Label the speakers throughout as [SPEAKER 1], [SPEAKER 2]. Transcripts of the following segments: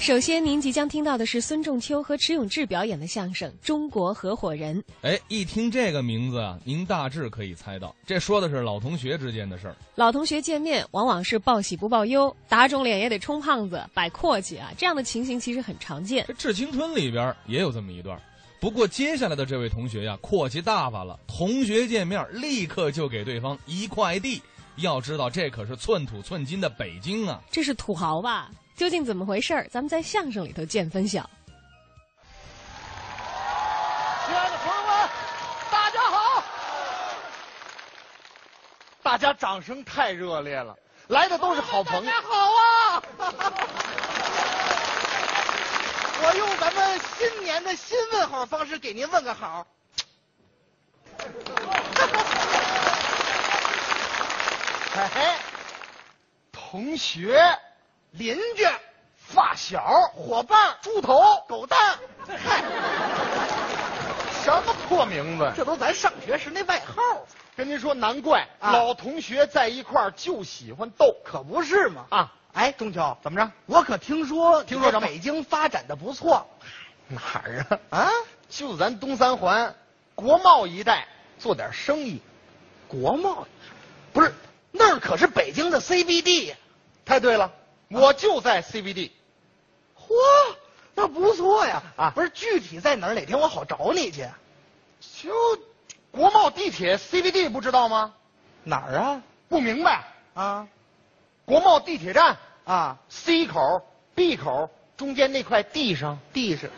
[SPEAKER 1] 首先，您即将听到的是孙仲秋和迟永志表演的相声《中国合伙人》。
[SPEAKER 2] 哎，一听这个名字啊，您大致可以猜到，这说的是老同学之间的事儿。
[SPEAKER 1] 老同学见面往往是报喜不报忧，打肿脸也得充胖子，摆阔气啊，这样的情形其实很常见
[SPEAKER 2] 这。《致青春》里边也有这么一段，不过接下来的这位同学呀，阔气大发了，同学见面立刻就给对方一块地。要知道，这可是寸土寸金的北京啊！
[SPEAKER 1] 这是土豪吧？究竟怎么回事儿？咱们在相声里头见分晓。
[SPEAKER 3] 亲爱的朋友们，大家好！大家掌声太热烈了，来的都是好朋友。大家好啊！ 我用咱们新年的新问候方式给您问个好。哎，同学、邻居、发小、伙伴、猪头、狗蛋，嗨，
[SPEAKER 4] 什么破名字？
[SPEAKER 3] 这都咱上学时那外号，
[SPEAKER 4] 跟您说，难怪、
[SPEAKER 3] 啊
[SPEAKER 4] 老同学在一块儿就喜欢斗
[SPEAKER 3] 可不是嘛？
[SPEAKER 4] 啊！
[SPEAKER 3] 哎，中秋，
[SPEAKER 4] 怎么着？
[SPEAKER 3] 我可听说，
[SPEAKER 4] 听说什么
[SPEAKER 3] 北京发展的不错
[SPEAKER 4] 哪儿啊？
[SPEAKER 3] 啊！
[SPEAKER 4] 就咱东三环国贸一带做点生意，
[SPEAKER 3] 国贸，不是那儿可是北京的 CBD，
[SPEAKER 4] 太对了，我就在 CBD。
[SPEAKER 3] 嚯，那不错呀！
[SPEAKER 4] 啊
[SPEAKER 3] 不是具体在哪儿？哪天我好找你去？
[SPEAKER 4] 就国贸地铁 CBD 不知道吗？
[SPEAKER 3] 哪儿啊？
[SPEAKER 4] 不明白？
[SPEAKER 3] 啊
[SPEAKER 4] 国贸地铁站
[SPEAKER 3] 啊，
[SPEAKER 4] C 口、B 口中间那块地上，
[SPEAKER 3] 地是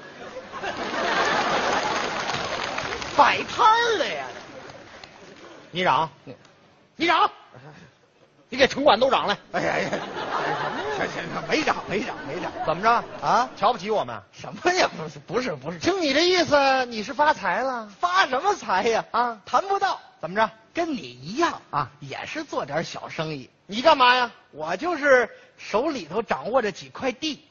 [SPEAKER 3] 摆摊儿的呀，
[SPEAKER 4] 你嚷
[SPEAKER 3] 你，
[SPEAKER 4] 你 嚷，你给城管都嚷来。
[SPEAKER 3] 哎呀呀，行行行，没长没长没长
[SPEAKER 4] 怎么着？
[SPEAKER 3] 啊！
[SPEAKER 4] 瞧不起我们？
[SPEAKER 3] 什么呀？不是不是不是，
[SPEAKER 4] 听你这意思，你是发财了？
[SPEAKER 3] 发什么财呀？
[SPEAKER 4] 啊
[SPEAKER 3] 谈不到，
[SPEAKER 4] 怎么着？
[SPEAKER 3] 跟你一样
[SPEAKER 4] 啊
[SPEAKER 3] 也是做点小生意。
[SPEAKER 4] 你干嘛呀？
[SPEAKER 3] 我就是手里头掌握着几块地，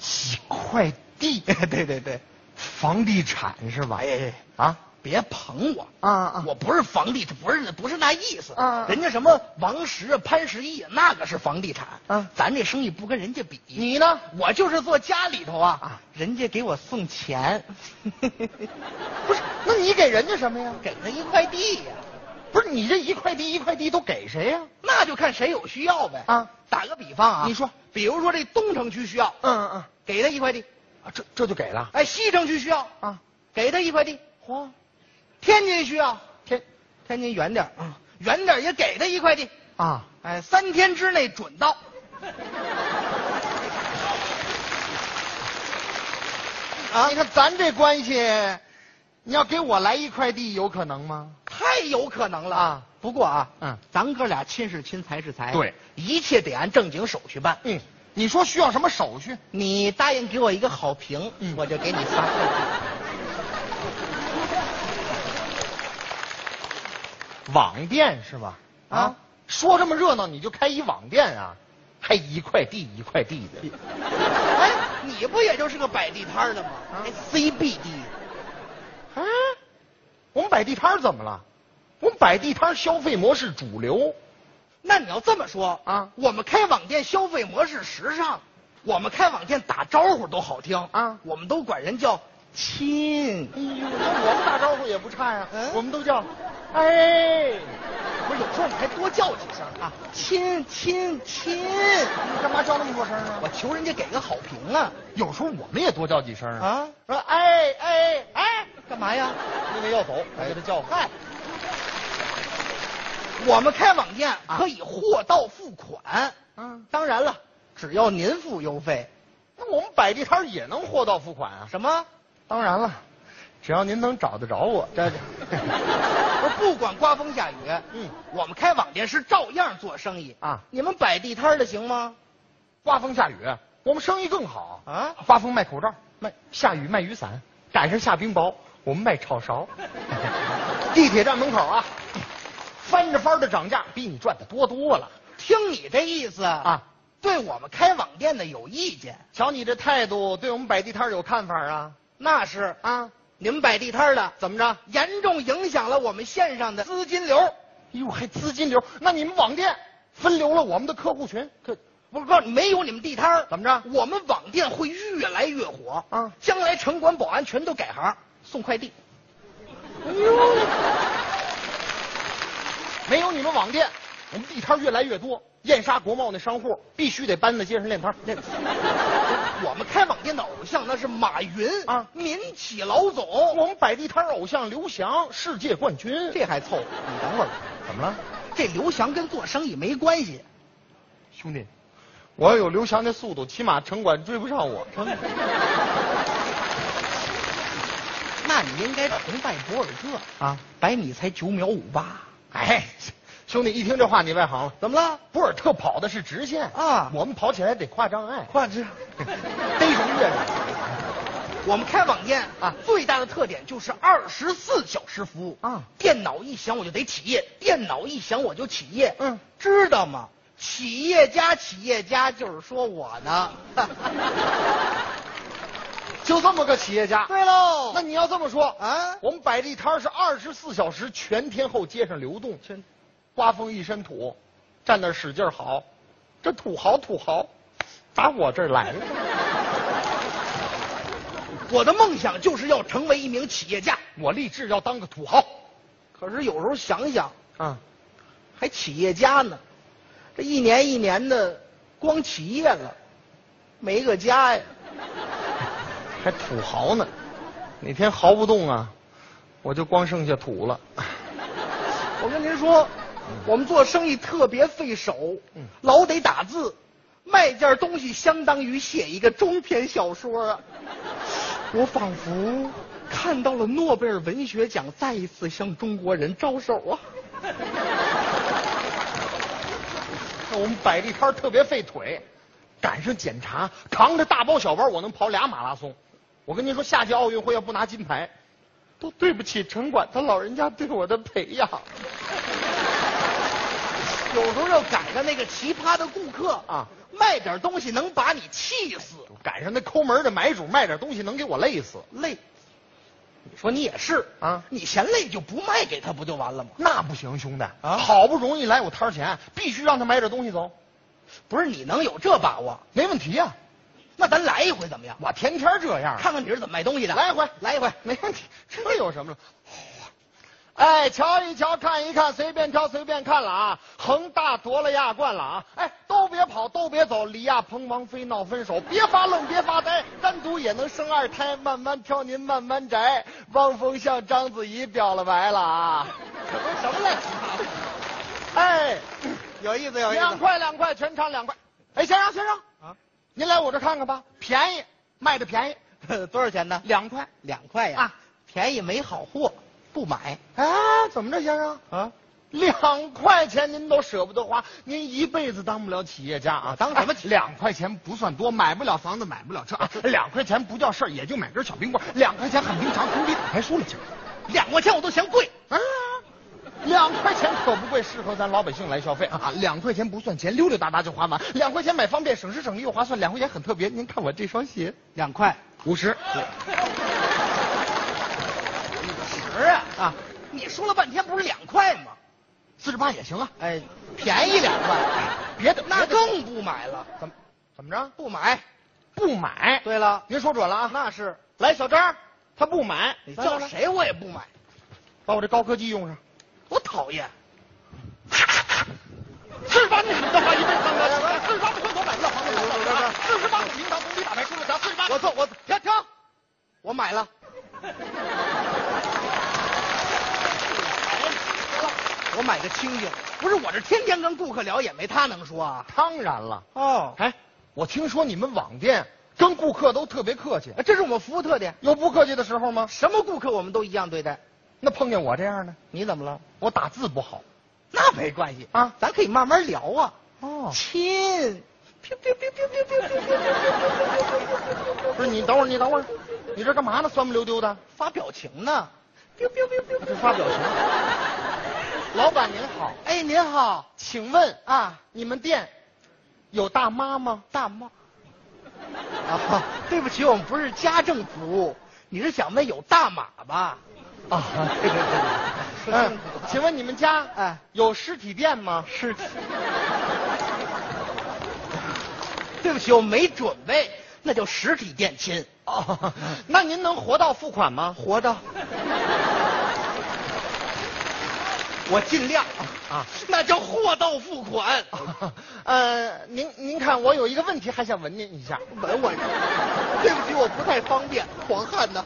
[SPEAKER 4] 几块地
[SPEAKER 3] 对对对，
[SPEAKER 4] 房地产是吧？
[SPEAKER 3] 哎
[SPEAKER 4] 啊，
[SPEAKER 3] 别捧我
[SPEAKER 4] 啊啊
[SPEAKER 3] 我不是房地，不是不是那意思
[SPEAKER 4] 啊啊
[SPEAKER 3] 人家什么王石啊、潘石屹啊，那个是房地产
[SPEAKER 4] 啊
[SPEAKER 3] 咱这生意不跟人家比。
[SPEAKER 4] 你呢？
[SPEAKER 3] 我就是做家里头啊，
[SPEAKER 4] 啊
[SPEAKER 3] 人家给我送钱，
[SPEAKER 4] 不是，那你给人家什么呀？
[SPEAKER 3] 给他一块地呀、
[SPEAKER 4] 不是你这一块地一块地都给谁呀？
[SPEAKER 3] 那就看谁有需要呗。
[SPEAKER 4] 啊，
[SPEAKER 3] 打个比方啊，
[SPEAKER 4] 你说，
[SPEAKER 3] 比如说这东城区需要，
[SPEAKER 4] 嗯嗯
[SPEAKER 3] 给他一块地；
[SPEAKER 4] 嗯，这这就给了
[SPEAKER 3] 哎，西城区需要，
[SPEAKER 4] 啊？
[SPEAKER 3] 给他一块地；
[SPEAKER 4] 嚯，
[SPEAKER 3] 天津需要，
[SPEAKER 4] 天
[SPEAKER 3] 天津远点儿啊，远点儿也给他一块地。
[SPEAKER 4] 啊，
[SPEAKER 3] 哎，三天之内准到。
[SPEAKER 4] 啊，你看咱这关系，你要给我来一块地，有可能吗？
[SPEAKER 3] 太有可能了
[SPEAKER 4] 啊！
[SPEAKER 3] 不过啊，
[SPEAKER 4] 嗯
[SPEAKER 3] 咱哥俩亲是亲，财是财，
[SPEAKER 4] 对，
[SPEAKER 3] 一切得按正经手续办。
[SPEAKER 4] 嗯，你说需要什么手续？
[SPEAKER 3] 你答应给我一个好评，
[SPEAKER 4] 嗯
[SPEAKER 3] 我就给你发 块地。
[SPEAKER 4] 网店是吧？
[SPEAKER 3] 啊
[SPEAKER 4] 啊，说这么热闹，你就开一网店啊？还一块地一块地的，
[SPEAKER 3] 哎，你不也就是个摆地摊儿的吗、哎
[SPEAKER 4] 啊
[SPEAKER 3] c b d
[SPEAKER 4] 啊？我们摆地摊儿怎么了？我们摆地摊儿消费模式主流，
[SPEAKER 3] 那你要这么说
[SPEAKER 4] 啊
[SPEAKER 3] 我们开网店消费模式时尚，我们开网店打招呼都好听
[SPEAKER 4] 啊
[SPEAKER 3] 我们都管人叫亲。
[SPEAKER 4] 哎呦，那我们打招呼也不差呀、
[SPEAKER 3] 嗯
[SPEAKER 4] 我们都叫，哎，
[SPEAKER 3] 不是，有时候你还多叫几声啊，亲亲亲！
[SPEAKER 4] 你干嘛叫那么多声啊
[SPEAKER 3] 我？求人家给个好评啊！
[SPEAKER 4] 有时候我们也多叫几声啊。
[SPEAKER 3] 啊，
[SPEAKER 4] 说哎哎哎，
[SPEAKER 3] 干嘛呀？哎
[SPEAKER 4] 那个要走，我给他叫
[SPEAKER 3] 嗨，我们开网店
[SPEAKER 4] 啊
[SPEAKER 3] 可以货到付款，
[SPEAKER 4] 嗯，
[SPEAKER 3] 当然了，只要您付邮费。
[SPEAKER 4] 那我们摆地摊儿也能货到付款啊。
[SPEAKER 3] 什么？
[SPEAKER 4] 当然了，只要您能找得着我，这
[SPEAKER 3] 我 不管刮风下雨，
[SPEAKER 4] 嗯
[SPEAKER 3] 我们开网店是照样做生意
[SPEAKER 4] 啊
[SPEAKER 3] 你们摆地摊儿的行吗？
[SPEAKER 4] 刮风下雨，我们生意更好
[SPEAKER 3] 啊
[SPEAKER 4] 刮风卖口罩，卖下雨卖雨伞，赶上下冰雹，我们卖炒 勺。地铁站门口啊，翻着番的涨价，比你赚的多多了
[SPEAKER 3] 听你这意思
[SPEAKER 4] 啊！！
[SPEAKER 3] 对我们开网店的有意见，
[SPEAKER 4] 瞧你这态度，对我们摆地摊儿有看法啊？
[SPEAKER 3] 那是
[SPEAKER 4] 啊，
[SPEAKER 3] 你们摆地摊儿的
[SPEAKER 4] 怎么着？
[SPEAKER 3] 严重影响了我们线上的资金流。
[SPEAKER 4] 哎哟，还资金流？那你们网店分流了我们的客户群，可
[SPEAKER 3] 我告诉你，没有你们地摊儿，
[SPEAKER 4] 怎么着
[SPEAKER 3] 我们网店会越来越火
[SPEAKER 4] 啊
[SPEAKER 3] 将来城管、保安全都改行送 快递。
[SPEAKER 4] 没有你们网店，我们地摊儿越来越多。燕莎国贸那商户必须得搬到街上练摊儿。
[SPEAKER 3] 那我们开网店的偶像那是马云
[SPEAKER 4] 啊哦
[SPEAKER 3] 民企老总，
[SPEAKER 4] 我们摆地摊儿偶像刘翔世界冠军，
[SPEAKER 3] 这还凑合。你等会儿，
[SPEAKER 4] 怎么了，
[SPEAKER 3] 这刘翔跟做生意没关系。
[SPEAKER 4] 兄弟？我要有刘翔的速度，起码城管追不上 我。
[SPEAKER 3] 那你应该崇拜博尔特
[SPEAKER 4] 啊！
[SPEAKER 3] 百米才九秒五八，
[SPEAKER 4] 哎，兄弟，一听这话你外行了。
[SPEAKER 3] 怎么了？
[SPEAKER 4] 博尔特跑的是直线
[SPEAKER 3] 啊
[SPEAKER 4] 我们跑起来得哎跨障碍，
[SPEAKER 3] 跨这，
[SPEAKER 4] 逮什么月亮？
[SPEAKER 3] 我们开网店
[SPEAKER 4] 啊
[SPEAKER 3] 啊，最大的特点就是二十四小时服务
[SPEAKER 4] 啊
[SPEAKER 3] 啊。电脑一响我就得起夜，电脑一响我就起夜。
[SPEAKER 4] 嗯
[SPEAKER 3] 嗯，知道吗？企业家，企业家就是说我呢。
[SPEAKER 4] 就这么个企业家。
[SPEAKER 3] 对喽
[SPEAKER 4] 那
[SPEAKER 3] 那你
[SPEAKER 4] 你要这么说啊
[SPEAKER 3] 啊，
[SPEAKER 4] 我们摆地摊儿是二十四小时全天候街上流动，刮风一身土，站那儿使劲儿嚎，这土豪土豪，打我这儿来了。
[SPEAKER 3] 我的梦想就是要成为一名企业家，
[SPEAKER 4] 我立志要当个土豪
[SPEAKER 3] 可是有时候想想，
[SPEAKER 4] 啊！
[SPEAKER 3] 还企业家呢，这一年一年的，光企业了，没个家呀。
[SPEAKER 4] 还土豪呢，哪天豪不动啊，我就光剩下土了。
[SPEAKER 3] 我跟您说，我们做生意特别费手，老得打字，卖件东西相当于写一个中篇小说啊。我仿佛看到了诺贝尔文学奖再一次向中国人招手啊！
[SPEAKER 4] 那我们摆地摊儿特别费腿，赶上检查，扛着大包小包，我能跑俩马拉松。我跟您说，下届奥运会要不拿金牌，都对不起城管他老人家对我的培养。
[SPEAKER 3] 有时候要赶上那个奇葩的顾客
[SPEAKER 4] 啊
[SPEAKER 3] 啊，卖点东西能把你气死，
[SPEAKER 4] 赶上那抠门的买主卖点东西能给我累死，
[SPEAKER 3] 累。你说你也是
[SPEAKER 4] 啊
[SPEAKER 3] 嗯啊，你嫌累就不卖给他不就完了吗？
[SPEAKER 4] 那不行，兄弟
[SPEAKER 3] 啊
[SPEAKER 4] 好不容易来我摊儿前，必须让他买点东西走，
[SPEAKER 3] 不是你能有这把握？
[SPEAKER 4] 没问题呀、
[SPEAKER 3] 那咱来一回怎么样？
[SPEAKER 4] 我天天这样，
[SPEAKER 3] 看看你是怎么卖东西的。
[SPEAKER 4] 啊来一回，
[SPEAKER 3] 来一回。
[SPEAKER 4] 没问 题，这有什么了？哎，瞧一瞧，看一看，随便挑，随便看了啊！恒大夺了亚冠了啊！哎，都别跑，都别走，李亚鹏、王菲闹分手，别发愣，别发呆，单独也能生二胎，慢慢挑您慢慢摘。汪峰向章子怡表了白了啊！
[SPEAKER 3] 什么什么乱七八糟？
[SPEAKER 4] 哎，
[SPEAKER 3] 有意思，有意
[SPEAKER 4] 两
[SPEAKER 3] 思。
[SPEAKER 4] 块两块，全场两块。哎，先生先生啊
[SPEAKER 3] 啊，
[SPEAKER 4] 您来我这看看吧，便宜，卖的便宜，
[SPEAKER 3] 多少钱 呢？
[SPEAKER 4] 两块。
[SPEAKER 3] 两块呀。
[SPEAKER 4] 啊
[SPEAKER 3] 便宜没好货，不买。
[SPEAKER 4] 哎，怎么着，先生？
[SPEAKER 3] 啊，
[SPEAKER 4] 两块钱您都舍不得花，您一辈子当不了企业家啊！
[SPEAKER 3] 当什么企
[SPEAKER 4] 哎两块钱不算多，买不了房子，买不了车啊！两块钱不叫事儿，也就买根小冰棍儿，两块钱很平常，总比打牌输了强
[SPEAKER 3] 两块钱我都嫌贵。
[SPEAKER 4] 啊！两块钱可不贵，适合咱老百姓来消费啊！两块钱不算钱，溜溜达达就花完。两块钱买方便，省时省力又划算。两块钱很特别，您看我这双鞋，
[SPEAKER 3] 两块
[SPEAKER 4] 五十。
[SPEAKER 3] 十啊啊！你说了半天不是两块吗？
[SPEAKER 4] 四十八也行啊，
[SPEAKER 3] 哎，便宜两块，
[SPEAKER 4] 别的
[SPEAKER 3] 那
[SPEAKER 4] 别的
[SPEAKER 3] 更不买了，
[SPEAKER 4] 怎么怎么着？
[SPEAKER 3] 不买。
[SPEAKER 4] 不买？
[SPEAKER 3] 对了，
[SPEAKER 4] 您说准了啊！
[SPEAKER 3] 那是
[SPEAKER 4] 来，小张，他不买，
[SPEAKER 3] 你
[SPEAKER 4] 来
[SPEAKER 3] 叫？
[SPEAKER 4] 来来
[SPEAKER 3] 谁我也不买，
[SPEAKER 4] 把我这高科技用上。
[SPEAKER 3] 多讨厌。
[SPEAKER 4] 四十八你的话一辈子当高四十八不会我买不了房子，买不了车。四十八平常总比打牌输了强。四十八，
[SPEAKER 3] 我走，我走停停，我买了。我买个清净，不是我这天天跟顾客聊，也没他能说啊。
[SPEAKER 4] 当然了。
[SPEAKER 3] 哦，
[SPEAKER 4] 哎，我听说你们网店跟顾客都特别客气，哎
[SPEAKER 3] 这是我们服务特点，
[SPEAKER 4] 有不客气的时候吗？
[SPEAKER 3] 什么顾客我们都一样对待。
[SPEAKER 4] 那碰见我这样的，
[SPEAKER 3] 你怎么了？
[SPEAKER 4] 我打字不好。
[SPEAKER 3] 那没关系
[SPEAKER 4] 啊
[SPEAKER 3] 咱可以慢慢聊啊。
[SPEAKER 4] 哦
[SPEAKER 3] 亲，
[SPEAKER 4] 不是你等会儿，你等会儿，你这干嘛呢？酸不溜丢的，
[SPEAKER 3] 发表情呢。
[SPEAKER 4] 这发表情。老板您好，
[SPEAKER 3] 哎，您好
[SPEAKER 4] 请问
[SPEAKER 3] 啊，
[SPEAKER 4] 你们店有大妈吗？
[SPEAKER 3] 大妈。啊，对不起，我们不是家政服务，你是想问有大码吧？
[SPEAKER 4] 啊，对对对
[SPEAKER 3] 说
[SPEAKER 4] 嗯
[SPEAKER 3] 清楚，
[SPEAKER 4] 请问你们家
[SPEAKER 3] 哎
[SPEAKER 4] 有实体店吗？
[SPEAKER 3] 尸体。不起，我没准备，那叫实体店亲，
[SPEAKER 4] 哦， 那您能活到 付款吗？
[SPEAKER 3] 活的。我尽量
[SPEAKER 4] 啊，
[SPEAKER 3] 那叫货到付款。
[SPEAKER 4] 呃，您您看，我有一个问题还想问您一下。
[SPEAKER 3] 吻我，对不起，我不太方便，黄汉呢？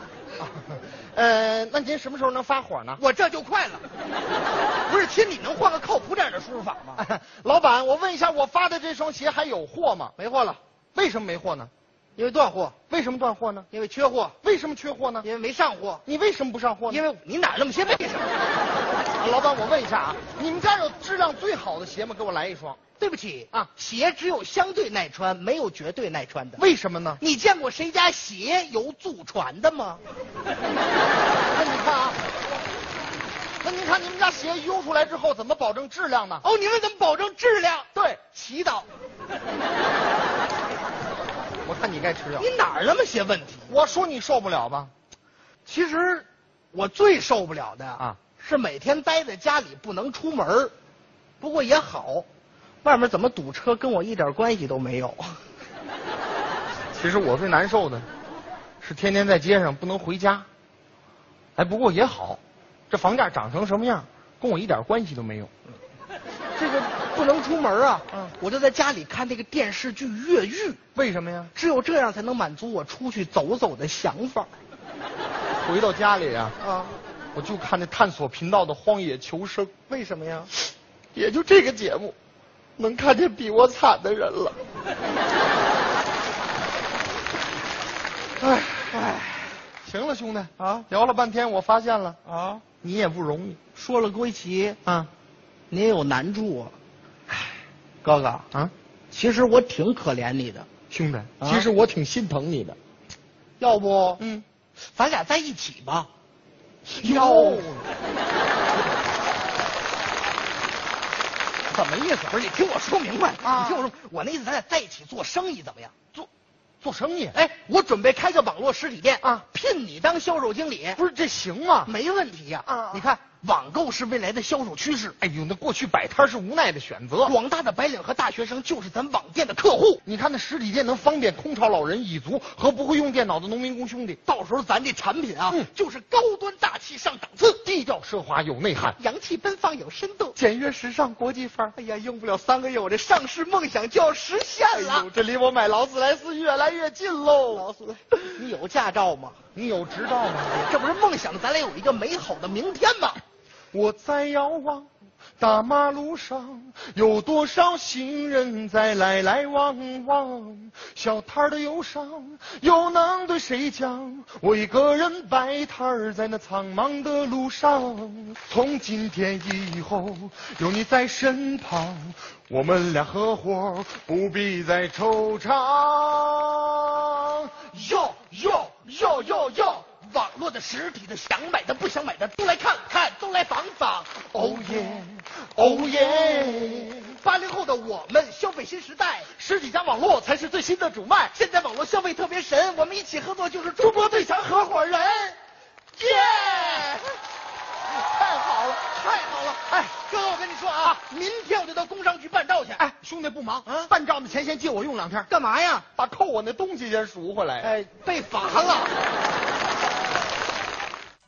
[SPEAKER 4] 呃，那您什么时候能发火呢？
[SPEAKER 3] 我这就快了。不是亲，你能换个靠谱点的说法吗？
[SPEAKER 4] 老板，我问一下，我发的这双鞋还有货吗？
[SPEAKER 3] 没货了，
[SPEAKER 4] 为什么没货呢？
[SPEAKER 3] 因为断货，
[SPEAKER 4] 为什么断货呢？
[SPEAKER 3] 因为缺货，
[SPEAKER 4] 为什么缺货呢？
[SPEAKER 3] 因为没上货，
[SPEAKER 4] 你为什么不上货呢？
[SPEAKER 3] 因为你哪那么些为什么？
[SPEAKER 4] 啊老板，我问一下啊，你们家有质量最好的鞋吗？给我来一双。
[SPEAKER 3] 对不起
[SPEAKER 4] 啊
[SPEAKER 3] 鞋只有相对耐穿，没有绝对耐穿的。
[SPEAKER 4] 为什么呢？
[SPEAKER 3] 你见过谁家鞋有祖传的吗？
[SPEAKER 4] 那你看啊，那你看你们家鞋邮出来之后，怎么保证质量呢？
[SPEAKER 3] 哦，你们怎么保证质量？
[SPEAKER 4] 对，
[SPEAKER 3] 祈祷，
[SPEAKER 4] 我看你该吃药
[SPEAKER 3] 你。哪儿那么些问题？
[SPEAKER 4] 我说你受不了吧？
[SPEAKER 3] 其实，我最受不了的啊
[SPEAKER 4] 啊，
[SPEAKER 3] 是每天待在家里不能出门儿不过也好，外面怎么堵车跟我一点关系都没有。
[SPEAKER 4] 其实我最难受的是天天在街上不能回家。哎，不过也好，这房价涨成什么样，跟我一点关系都没有。
[SPEAKER 3] 这个不能出门啊，
[SPEAKER 4] 嗯
[SPEAKER 3] 我就在家里看那个电视剧《越狱》，
[SPEAKER 4] 为什么呀？
[SPEAKER 3] 只有这样才能满足我出去走走的想法
[SPEAKER 4] 回到家里啊，
[SPEAKER 3] 啊。
[SPEAKER 4] 我就看那探索频道的《荒野求生》，
[SPEAKER 3] 为什么呀？
[SPEAKER 4] 也就这个节目，能看见比我惨的人了。 哎哎，行了，兄弟
[SPEAKER 3] 啊
[SPEAKER 4] 聊了半天，我发现了，
[SPEAKER 3] 啊，
[SPEAKER 4] 你也不容易
[SPEAKER 3] 说了归齐，
[SPEAKER 4] 啊
[SPEAKER 3] 你也有难处啊。哥哥，
[SPEAKER 4] 啊，
[SPEAKER 3] 其实我挺可怜你的，
[SPEAKER 4] 兄弟，
[SPEAKER 3] 啊
[SPEAKER 4] 其实我挺心疼你的。
[SPEAKER 3] 要不，
[SPEAKER 4] 嗯，
[SPEAKER 3] 咱俩在一起吧。
[SPEAKER 4] 哟
[SPEAKER 3] 怎么意思？不是你听我说明白
[SPEAKER 4] 啊
[SPEAKER 3] 你听我说，我那意思，咱俩在一起做生意怎么样？
[SPEAKER 4] 做做生意，哎，
[SPEAKER 3] 哎，我准备开个网络实体店
[SPEAKER 4] 啊
[SPEAKER 3] 聘你当销售经理，
[SPEAKER 4] 不是这行吗？
[SPEAKER 3] 没问题呀、
[SPEAKER 4] 啊啊
[SPEAKER 3] 你看，网购是未来的销售趋势，
[SPEAKER 4] 哎呦，那过去摆摊是无奈的选择。
[SPEAKER 3] 广大的白领和大学生就是咱网店的客户。
[SPEAKER 4] 你看那实体店能方便空巢老人、蚁族和不会用电脑的农民工兄弟，
[SPEAKER 3] 到时候咱这产品啊，
[SPEAKER 4] 嗯
[SPEAKER 3] 就是高端大气上档次，
[SPEAKER 4] 次低调奢华有内涵，
[SPEAKER 3] 洋气奔放有深度。
[SPEAKER 4] 简约时尚国际范儿。
[SPEAKER 3] 哎呀，用不了三个月，我这上市梦想就要实现
[SPEAKER 4] 哎
[SPEAKER 3] 了
[SPEAKER 4] 呦，。这离我买劳斯莱斯越来越近喽！
[SPEAKER 3] 老四，你有驾照吗？
[SPEAKER 4] 你有执照吗？
[SPEAKER 3] 这不是梦想，咱俩有一个美好的明天吗？
[SPEAKER 4] 我在遥望，大马路上有多少行人在来来往往？小摊儿的忧伤又能对谁讲？我一个人摆摊儿在那苍茫的路上。从今天以后，有你在身旁，我们俩合伙不必再惆怅。
[SPEAKER 3] 哟哟哟哟哟！网络的、实体的、想买的、不想买的，都来看看，都来访访。
[SPEAKER 4] 哦耶，哦耶！
[SPEAKER 3] 八零后的我们，消费新时代，
[SPEAKER 4] 实体加网络才是最新的主脉。
[SPEAKER 3] 现在网络消费特别神，我们一起合作就是中国最强合伙人。耶！太好了，太好了！哎，哥哥，我跟你说啊，明天我就到工商局办照去。
[SPEAKER 4] 哎，兄弟不忙
[SPEAKER 3] 啊
[SPEAKER 4] 办账的钱先借我用两天，
[SPEAKER 3] 干嘛呀？
[SPEAKER 4] 把扣我那东西先赎回来。
[SPEAKER 3] 哎哎，被罚了。